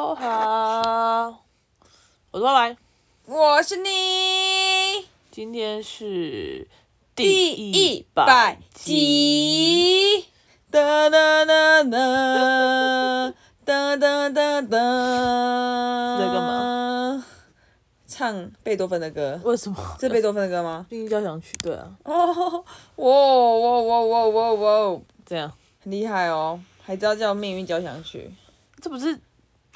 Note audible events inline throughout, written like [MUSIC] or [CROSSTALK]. Aloha，我是拜拜。我是你今天是第一百集，哒哒哒哒哒哒哒哒，在在干嘛？唱贝多芬的歌，为什么？这是贝多芬的歌吗？第一交响曲，对啊，哦，哇哇哇哇哇哇，这样，哦很厉害哦，还知道叫命运交响曲。这不是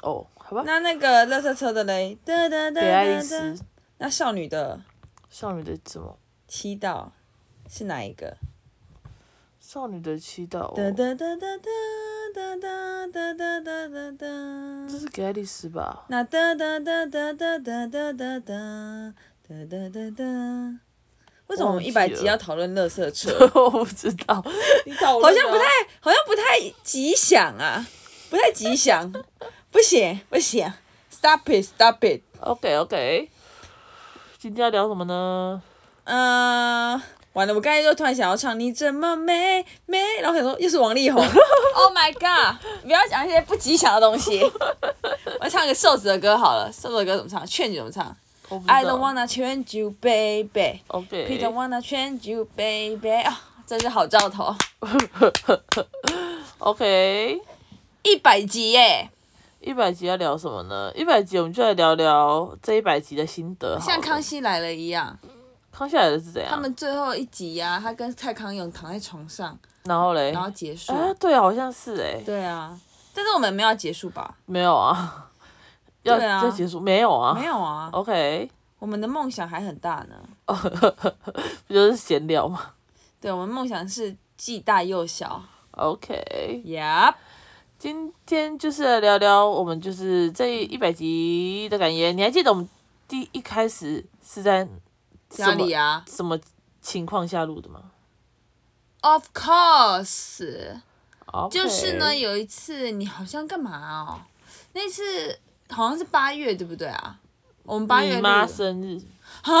哦，好吧。那那个垃圾车的嘞，哒哒哒给爱丽哒丝哒。那少女的少女的什么？祈祷是哪一个？少女的祈祷、哒哦，哒哒哒哒哒哒哒哒哒哒哒。这是给爱丽丝吧？ [LAUGHS] 那哒哒哒哒哒哒哒哒哒哒哒哒哒。为什么忘我们记一百集了要讨论垃圾车？我不知道，好好像不太，好像不太吉祥啊，不太吉祥，不行不行，Stop it，Stop it。 OK OK。今天要聊什么呢？嗯，完了，我刚才就突然想要唱你怎么美美，然后想说又是王力宏 [LAUGHS] ，Oh my god！不要讲一些不吉祥的东 [LAUGHS] 西，我唱个瘦子的歌好了，瘦子的歌怎么唱？劝你怎么唱我不知道？I don't wanna change you, baby. OK。 [LAUGHS] We don't wanna change you, baby. 啊、真是好兆头， OK。一百集耶！一百集要聊什么呢？一百集我们就来聊聊这一百集的心得好了。像康熙来了一样，康熙来的是怎样？他们最后一集呀、他跟蔡康永躺在床上，然后嘞？然后结束。啊，对，好像是哎、对啊，但是我们没有要结束吧？没有啊，要、对啊要结束没有啊？没有啊， OK，我们的梦想还很大呢。不就是闲聊吗对，我们梦想是既大又小。 ？OK， Yep，今天就是来聊聊我们就是这一百集的感言。你还记得我们第一开始是在家里啊什么情况下录的吗，Of course， o 就是呢，有一次你好像干嘛哦？那次好像是八月对不对啊？我们八月你录妈的生日，啊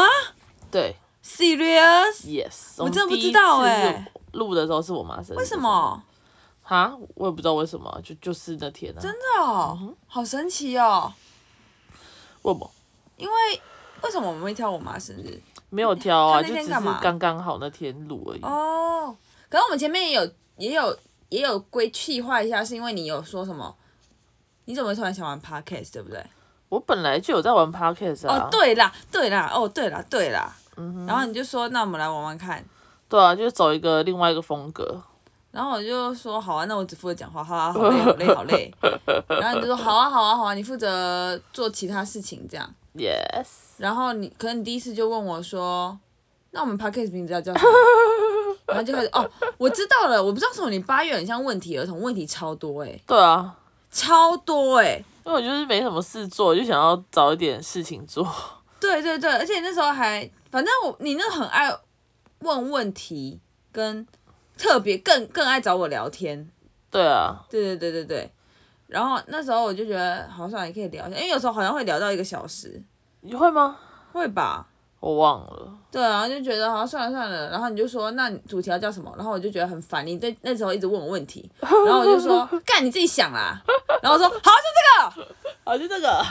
对，Serious？ ，Yes，我真的们不第一知道次欸是录的时候是我妈生日，为什？么？哈，我也不知道为什么，就就是那天啊，真的哦，好神奇哦！为什么因为为什么我们会挑我妈生日？没有挑啊，她就只那天是干嘛刚刚好那天录而已。哦，可是我们前面也有也有也有规计划一下，是因为你有说什么？你怎么会突然想玩 podcast，对不对？我本来就有在玩 podcast 啊，哦，对啦，对啦，哦，对啦，对啦。然后你就说，那我们来玩玩看。对啊，就是走一个另外一个风格。然后我就说好啊，那我只负责讲话，好啊，好累，好累，好累。然后你就说好啊，好啊，好啊，你负责做其他事情这样。 Yes，然后你，可能你第一次就问我说，那我们 podcast 名字要叫什么？然后就开始哦，我知道了，我不知道为什么你八月很像问题儿童，问题超多哎、对啊，超多哎、因为我就是没什么事做，就想要找一点事情做。 [LAUGHS] 对对对，而且那时候还，反正我你那很爱问问题，跟特别更更爱找我聊天。对啊，对对对对对。然后那时候我就觉得好像也可以聊一下，因为有时候好像会聊到一个小时，你会吗？会吧？我忘了。对，然后就觉得好像算了算了，然后你就说那你主题要叫什么？然后我就觉得很烦，你对那时候一直问我问题，然后我就 [LAUGHS] 说干你自己想啦，然后我说好哦就这个，好，就这个。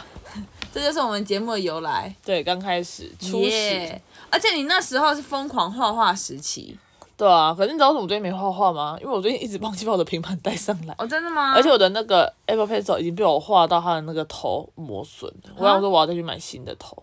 这就是我们节目的由来。对，刚开始初始。耶而且你那时候是疯狂画画时期，对啊，可是你知道为什么我最近没画画吗？因为我最近一直忘记把我的平板带上来，哦，真的吗？而且我的那个 Apple Pencil 已经被我画到它的那个头磨损了。我啊想说我要再去买新的头，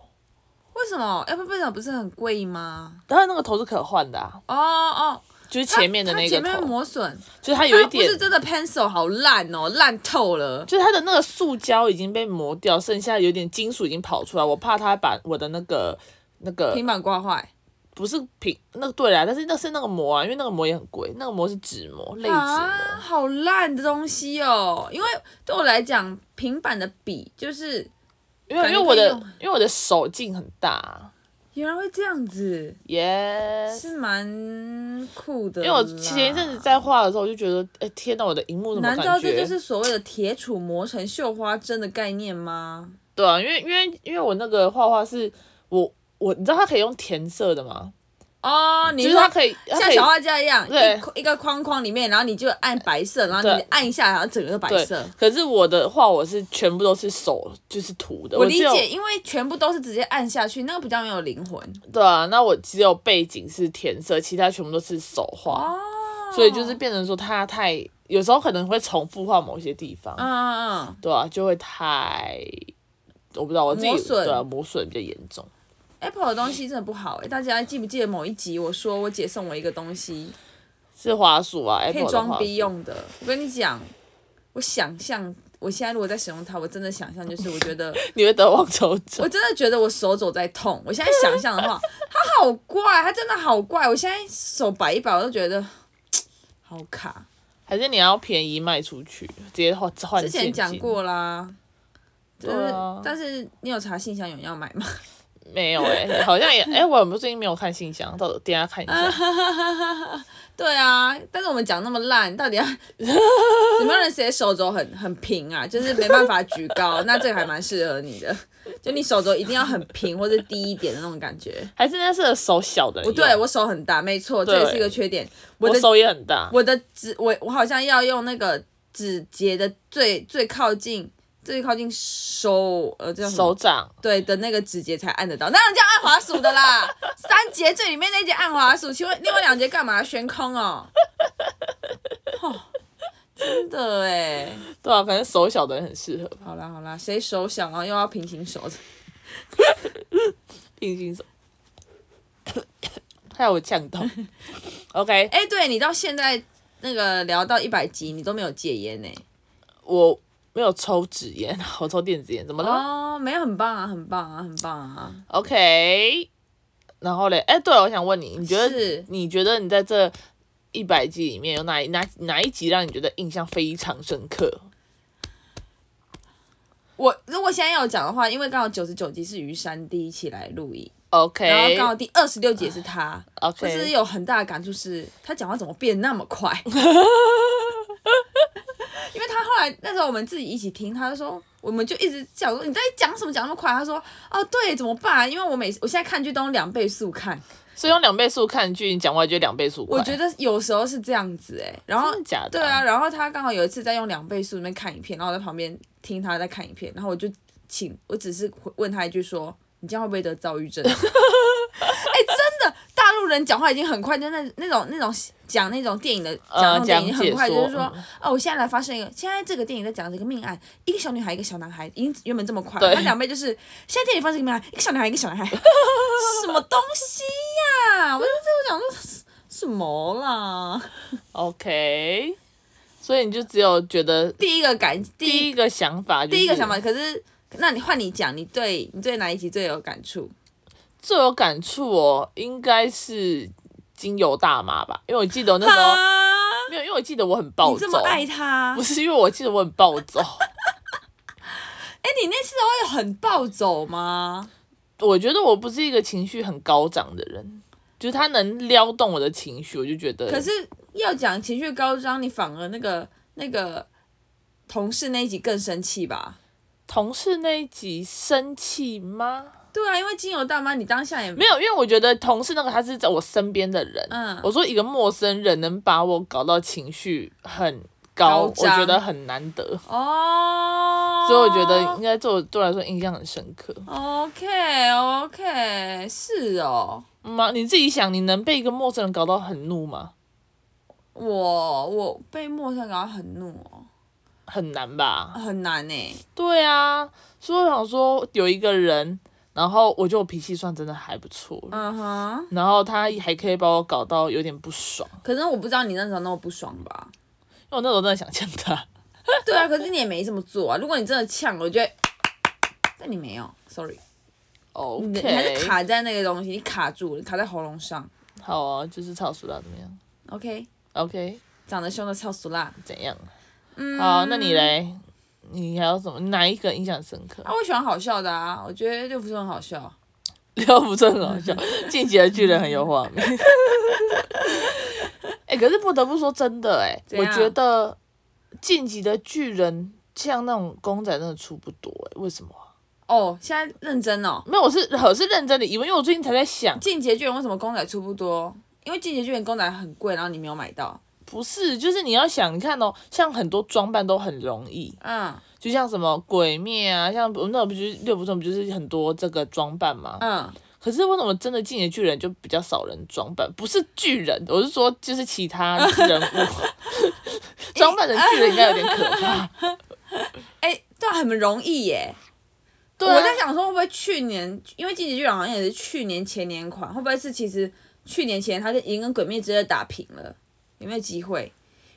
为什么 Apple Pencil 不是很贵吗？但它那个头是可换的啊，哦哦，就是它前面的它那个前面头，磨损，就是它有一它点 [LAUGHS] 不是真的 Pencil 好烂哦，烂透了。就是它的那个塑胶已经被磨掉，剩下有点金属已经跑出来，我怕它把我的那个那个平板刮坏，不是平那个对啦，但是那是那个膜啊，因为那个膜也很贵，那个膜是纸膜，类纸啊，膜。好烂的东西哦！因为对我来讲，平板的笔就是因为感因觉为我的可以用因为我的手劲很大原来会这样子， ，yes。是蛮酷的啦。因为我前一阵子在画的时候，我就觉得，哎、天哪，我的荧幕怎么难感道觉？这就是所谓的铁杵磨成绣花针的概念吗？对啊，因为因为因为我那个画画是我我你知道它可以用填色的吗？哦，你就说是它可以，它像可以小画家一样，对一框一个框框里面，然后你就按白色，然后你对按一下，然后整个都白对色。，可是我的画我是全部都是手就是涂的，我我理只有解，因为全部都是直接按下去，那个比较没有灵魂对啊，那我只有背景是填色，其他全部都是手画，哦所以就是变成说它太有时候可能会重复画某些地方，嗯嗯嗯对啊，就会太我不知道我自己磨损对啊磨损比较严重。 ，Apple 的东西真的不好哎、大家记不记得某一集我说我姐送我一个东西，是花束啊可，Apple 以的装花逼束用的？我跟你讲，我想象我现在如果在使用它，我真的想象就是我觉得。你会得妄愁症我。真的觉得我手肘在痛。我现在想象的话，它好怪，它真的好怪。我现在手摆一摆，我都觉得好卡。还是你要便宜卖出去，直接换换之现金。前讲过啦，就是对啊但是你有查信箱有人要买吗？没有哎、 [LAUGHS] 好像也哎、我有没有最近没有看信箱？到等一下看一 [LAUGHS] 下。 [LAUGHS] 对啊，但是我们讲那么烂，到底 [LAUGHS] 要有没有人谁手肘很很平啊？就是没办法举高，那这个还蛮适合你的。就你手肘一定要很平或者低一点的那种感觉。还是那是手小的人不用，对，我手很大，没错，这对也是一个缺点。我我的手也很大。我的指我我好像要用那个指节的最最靠近最靠近手呃这叫什么手掌对的那个指节才按得到，那人家按滑鼠的 [LAUGHS] 啦，三节最里面那节按滑鼠，请问另外两节干嘛悬空 [LAUGHS] 哦？哦真的哎，对啊，可能手小的人很适合吧好啦好啦，谁手小然后又要平行手，平行手。 [LAUGHS] 害我呛到。OK，哎、对你到现在那个聊到一百集，你都没有戒烟呢、我没有抽纸烟，我抽电子烟，怎么了、哦，没有很棒啊，很棒啊，很棒啊。 o k 然后嘞，哎、对了，我想问你，你觉是得你觉得你在这一百集里面有哪哪哪一集让你觉得印象非常深刻？我如果现在要讲的话，因为刚好九十九集是与山迪一起来录影，然后 OK，刚好第二十六集也是他，我是 OK，有很大的感触是，他讲话怎么变那么快？ [LAUGHS] 因为他后来那时候我们自己一起听，他就说，我们就一直讲说你在讲什么讲那么快？他说，哦对，怎么办？因为我每我现在看剧都用两倍速看，所以用两倍速看剧，你讲话就两倍速快。我觉得有时候是这样子哎、然后真的假的？对啊，，然后他刚好有一次在用两倍速那边看影片，然后我在旁边听他在看影片，然后我就请，我只是回问他一句说：“你这样会不会得躁郁症？”哎、真的，大陆人讲话已经很快，就那那种那种讲那种电影的讲那呃种电讲影解很快，就是说嗯哦，我现在来发生一个，现在这个电影在讲这个命案，一个小女孩，一个小男孩，已经原本这么快，对他两倍就是现在电影发生一个命案，一个小女孩，一个小男孩，什么东西呀、我就在想说什么啦？ OK，所以你就只有觉得第一个感，第一第一个想法、就是，第一个想法，可是那你换你讲，你对你对哪一集最有感触？最有感触哦，应该是精油大麻吧，因为我记得我那时候啊，没有，因为我记得我很暴你这么走，爱他不？是因为我记得我很暴走，哎、你那时候有很暴走吗？我觉得我不是一个情绪很高涨的人，就是他能撩动我的情绪，我就觉得可是要讲情绪高涨，你反而那个那个同事那一集更生气吧？同事那一集生气吗？对啊，因为精油大妈，你当下也没有，因为我觉得同事那个他是在我身边的人，嗯我说一个陌生人能把我搞到情绪很高，高我涨觉得很难得，哦，所以我觉得应该对我对我来说印象很深刻。 OK OK 是哦。嗯啊，你自己想，你能被一个陌生人搞到很怒吗？我我被陌生人搞到很怒哦，很难吧？很难欸呢、对啊，所以我想说有一个人，然后我觉得我脾气算真的还不错了，嗯哼，然后他还可以把我搞到有点不爽，可是我不知道你那时候那么不爽吧？因为我那时候真的想呛 [LAUGHS] 他。对啊，可是你也没这么做啊。如果你真的呛，我觉得，但你没有，sorry，你你还 OK，是卡在那个东西，你卡住，你卡在喉咙上。好啊，就是超叔啦，怎么样 OK， ？OK，长得凶的超俗辣。怎样？好，那你嘞？你还有什么？哪一个印象深刻 [LAUGHS] 啊，？我喜欢好笑的啊，我觉得六福村很好笑。六不是很好笑，嗯进击的巨人很有画 [LAUGHS] 面。哎、可是不得不说，真的哎、怎我样觉得进击的巨人像那种公仔真的出不多哎、为什么啊？哦，现在认真哦，没有，我是我是认真的疑问，因为我最近才在想，进阶巨人为什么公仔出不多？因为进阶巨人公仔很贵，然后你没有买到。不是，就是你要想，你看哦，像很多装扮都很容易，嗯就像什么鬼灭啊，像我们那种不就是六不中不就是很多这个装扮嘛。嗯，可是为什么真的进击巨人就比较少人装扮？不是巨人，我是说就是其他人 [LAUGHS] 物装扮成巨人应该有点可 [LAUGHS] 怕。哎、对啊，很容易耶。对我啊，在想说会不会去年，因为进击巨人好像也是去年前年款，会不会是其实去年前它就已经跟鬼灭之刃打平了？有没有机会？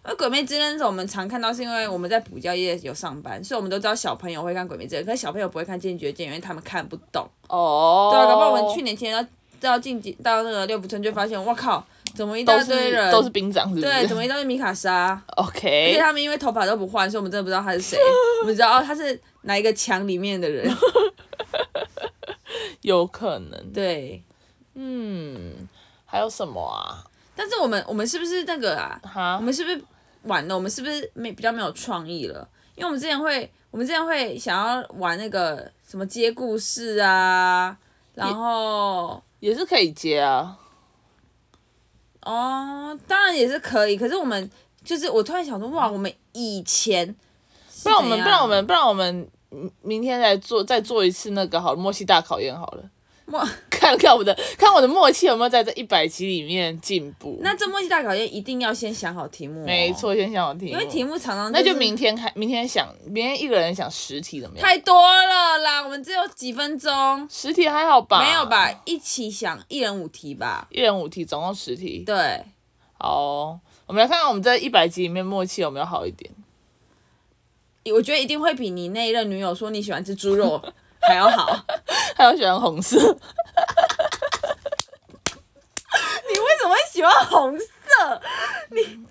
因为鬼灭之刃是我们常看到，是因为我们在补教业有上班，所以我们都知道小朋友会看鬼灭之刃，可是小朋友不会看进击巨人，因为他们看不懂。哦，对啊，搞不好我们去年前到到进击到那个六福村就发现，我靠，怎么一都大堆是人都是哎兵长，是不是？ [LAUGHS] 对，怎么一啊大堆米卡莎？而且 OK，他们因为头发都不换，所以我们真的不知道他是谁。我们知道哦，他是哪一个墙里面的人。 [LAUGHS] 有可能。对，嗯，还有什么啊？但是我们我们是不是那个啊？哈我，们是不是晚了？我们是不是没比较没有创意了？因为我们之前会，我们之前会想要玩那个什么接故事啊，然后也是可以接啊。哦，当然也是可以。可是我们就是我突然想说，哇，我们以前嗯不然我们，不然我们，不然我们嗯明天再做再做一次那个好了默契大考验好了，默 [LAUGHS] 看看我的看我的默契有没有在这一百集里面进步。那这默契大考验一定要先想好题目、哦，没，错，先想好题目，因为题目常常、那就是明天开，明天想，明天一个人想十题怎么样？太多了啦，我们只有几分钟，十题还好吧？没有？吧？一起想，一人五题吧。一人五题，总共十题。对，好哦、我们来看看我们在一百集里面默契有没有好一点。 [LAUGHS] 我觉得一定会比你那一任女友说你喜欢吃猪肉还要好。 [LAUGHS] 还有喜欢红色，你为什么会喜欢红色？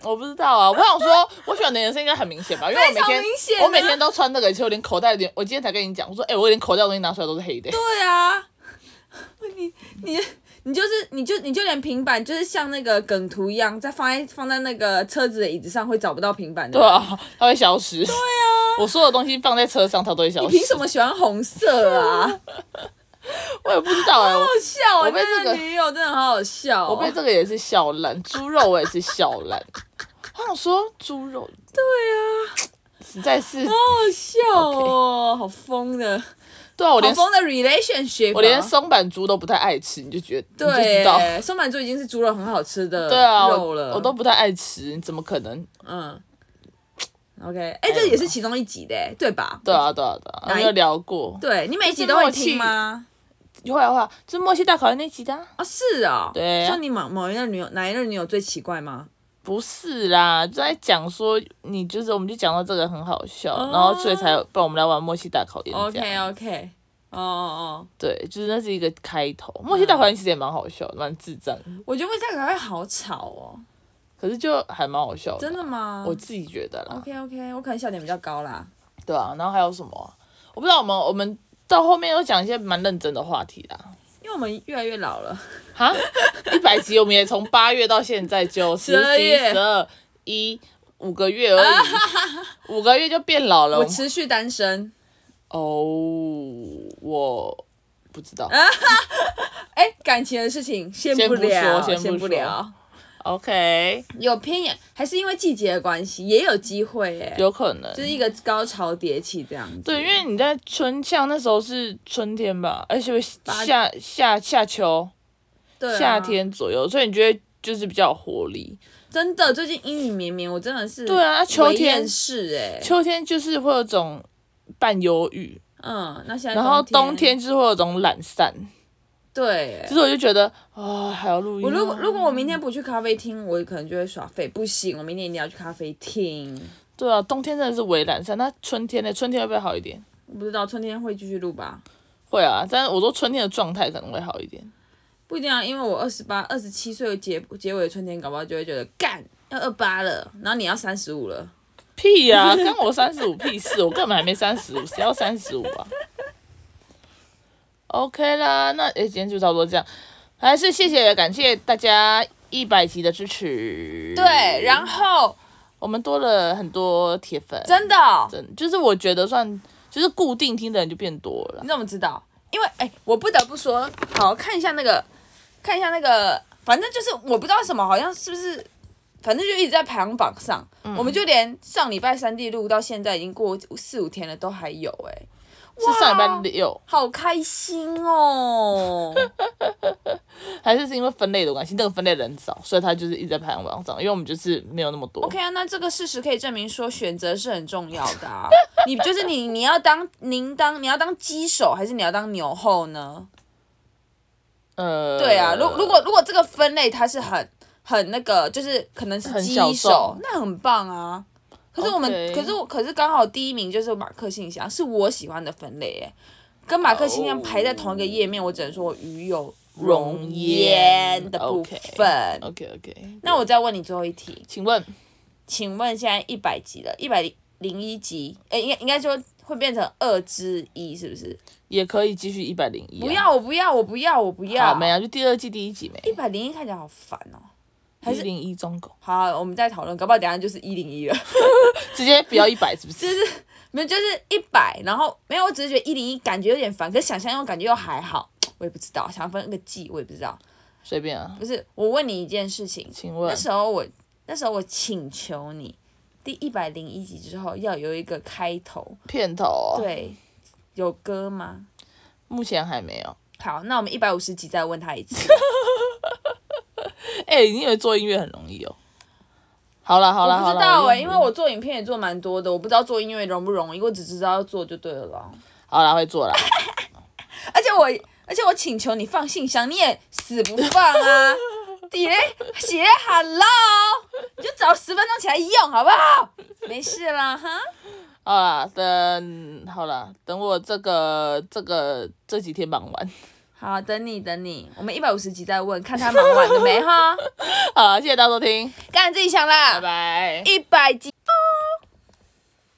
我不知道啊。我想说， [LAUGHS] 我喜欢的颜色应该很明显吧，因为我每非常天、明显啊我每天都穿那个，而且我连口袋有点，我今天才跟你讲，我说哎、我连口袋的东西拿出来都是黑的、对啊， [LAUGHS] 你你你就是你就你就连平板就是像那个梗图一样，再放在放在那个车子的椅子上会找不到平板的。对，啊，它会消失。对啊，我所有东西放在车上，它都会消你失。凭什么喜欢红 [LAUGHS] 色啊？我也不知道哎、我好笑啊！我被那这个女友真的好好笑哦、我被这个也是笑烂，猪肉我也是笑烂。我想说猪肉，对啊，实在是好好笑哦，好疯的，对啊，我好连疯的 relationship，啊、我连松板猪都不太爱吃，你就觉得你就知道。对松板猪已经是猪肉很好吃的对啊，肉我了，我都不太爱吃，你怎么可能？嗯，OK，哎、这也是其中一集的，对吧？对啊，对啊，对啊，哪一没有聊过。对你每一集都会听吗？会啊会啊，就是默契大考验那集的啊、啊、是哦，对啊说你某某一任女友哪一任女友最奇怪吗？不是啦，就在讲说你就是，我们就讲到这个很好笑，然后所以才有不然我们来玩默契大考验这哦 OK 样。 OK，哦哦对，就是那是一个开头。默契大考验其实也蛮好笑的，蛮智障的，哦，我觉得这个会好吵哦，可是就还蛮好笑的。真的吗？我自己觉得啦， OK OK，我可能笑点比较高啦。对啊，然后还有什么啊、我不知道我们我们到后面又讲一些蛮认真的话题啦。因为我们越来越老了， [LAUGHS] 哈，一百集我们也从八月到现在就十12一月十二一五个月而 [LAUGHS] 已，五个月就变老了。我持续单身。哦，我不知道。啊哎、感情的事情先先不不说聊，先不先说聊。 OK，有偏也还是因为季节的关系，也有机会哎、有可能就。是一个高潮迭起这样子。对，因为你在春像那时候是春天吧，而且八夏夏夏秋、对啊夏天左右，所以你觉得就是比较有活力。真的最近阴雨绵绵，我真的是对啊秋天是哎、秋天就是会有种半忧郁，嗯，那现在然后冬冬啊天就是会有种懒散。对欸其。实我就觉得啊、还要录音啊、我如果如果我明天不去咖啡厅，我可能就会耍废。不行，我明天一定要去咖啡厅。对啊，冬天真的是微懒散。那春天呢？春天会不会好一点？我不知道春天会继续录吧？会啊，但是我说春天的状态可能会好一点。不一定啊，因为我二十八、二十七岁结结尾的春天，搞不好就会觉得干要二八了，然后你要三十五了。屁呀、啊，跟我三十五屁事，我根本还没三十五，谁要三十五啊？OK 啦，那诶、今天就差不多这样，还是谢谢感谢大家一百集的支持。对，然后我们多了很多铁粉，真的哦、真就是我觉得算就是固定听的人就变多了啦你。怎么知道？因为哎、我不得不说，好看一下那个，看一下那个，反正就是我不知道什么，好像是不是，反正就一直在排行榜上。我们就连上礼拜三地录到现在已经过四五天了，都还有哎、是上礼拜六，好开心哦！还是是因为分类的关系？那个分类人少，所以他就是一直在排行榜上，因为我们就是没有那么多。 OK 啊，那这个事实可以证明说选择是很重要的啊。你就是你，你要当您当你要当鸡手，还是你要当牛后呢？呃，对啊，如如果如果这个分类它是很很那个，就是可能是很鸡小手众，那很棒啊。可是我们 OK 可是我可是刚好第一名就是马克信箱，是我喜欢的分类诶，跟马克信箱排在同一个页面，我只能说我与有荣焉的部 OK 分。哦 OK OK，那我再问你最后一题，请问请问现在一百集了，一百零一集，哎、应该应该说会变成二之一，是不是？也可以继续一百零一？啊不要，我不要，我不要，我不要好，没。啊，就第二季第一集没，一百零一看起来好烦哦、一零一中狗，好，我们再讨论，搞不好等一下就是一零一了。 [LAUGHS] 直接不要一百是不是？没有，就是一百，然后没有，我只是觉得一零一感觉有点烦，可是想象又感觉又还好，我也不知道，想分个季，我也不知道。随便啊，不是，我问你一件事情，请那问时候我那时候我请求你，第一百零一集之后要有一个开头，片头哦、对，有歌吗？目前还没有。好，那我们一百五十集再问他一 [LAUGHS] 次。哎、你以为做音乐很容易哦？好了好了我好了，不知道哎、用因为我做影片也做蛮多的，我不知道做音乐容不容易，我只知道要做就对了啦。好了会做了，而且我，而且我请求你放信箱，你也死不放 [LAUGHS] 啊！底嘞写嘞 hello，你就找十分钟起来用好不好？没事啦哈。 [LAUGHS] 好啦，等好啦，等我这个这个这几天忙完， [LAUGHS] 好，等你等你，我们一百五十集再问，看他忙完了没哈？好啦，谢谢大家收听，干自己想啦，拜拜。一百集。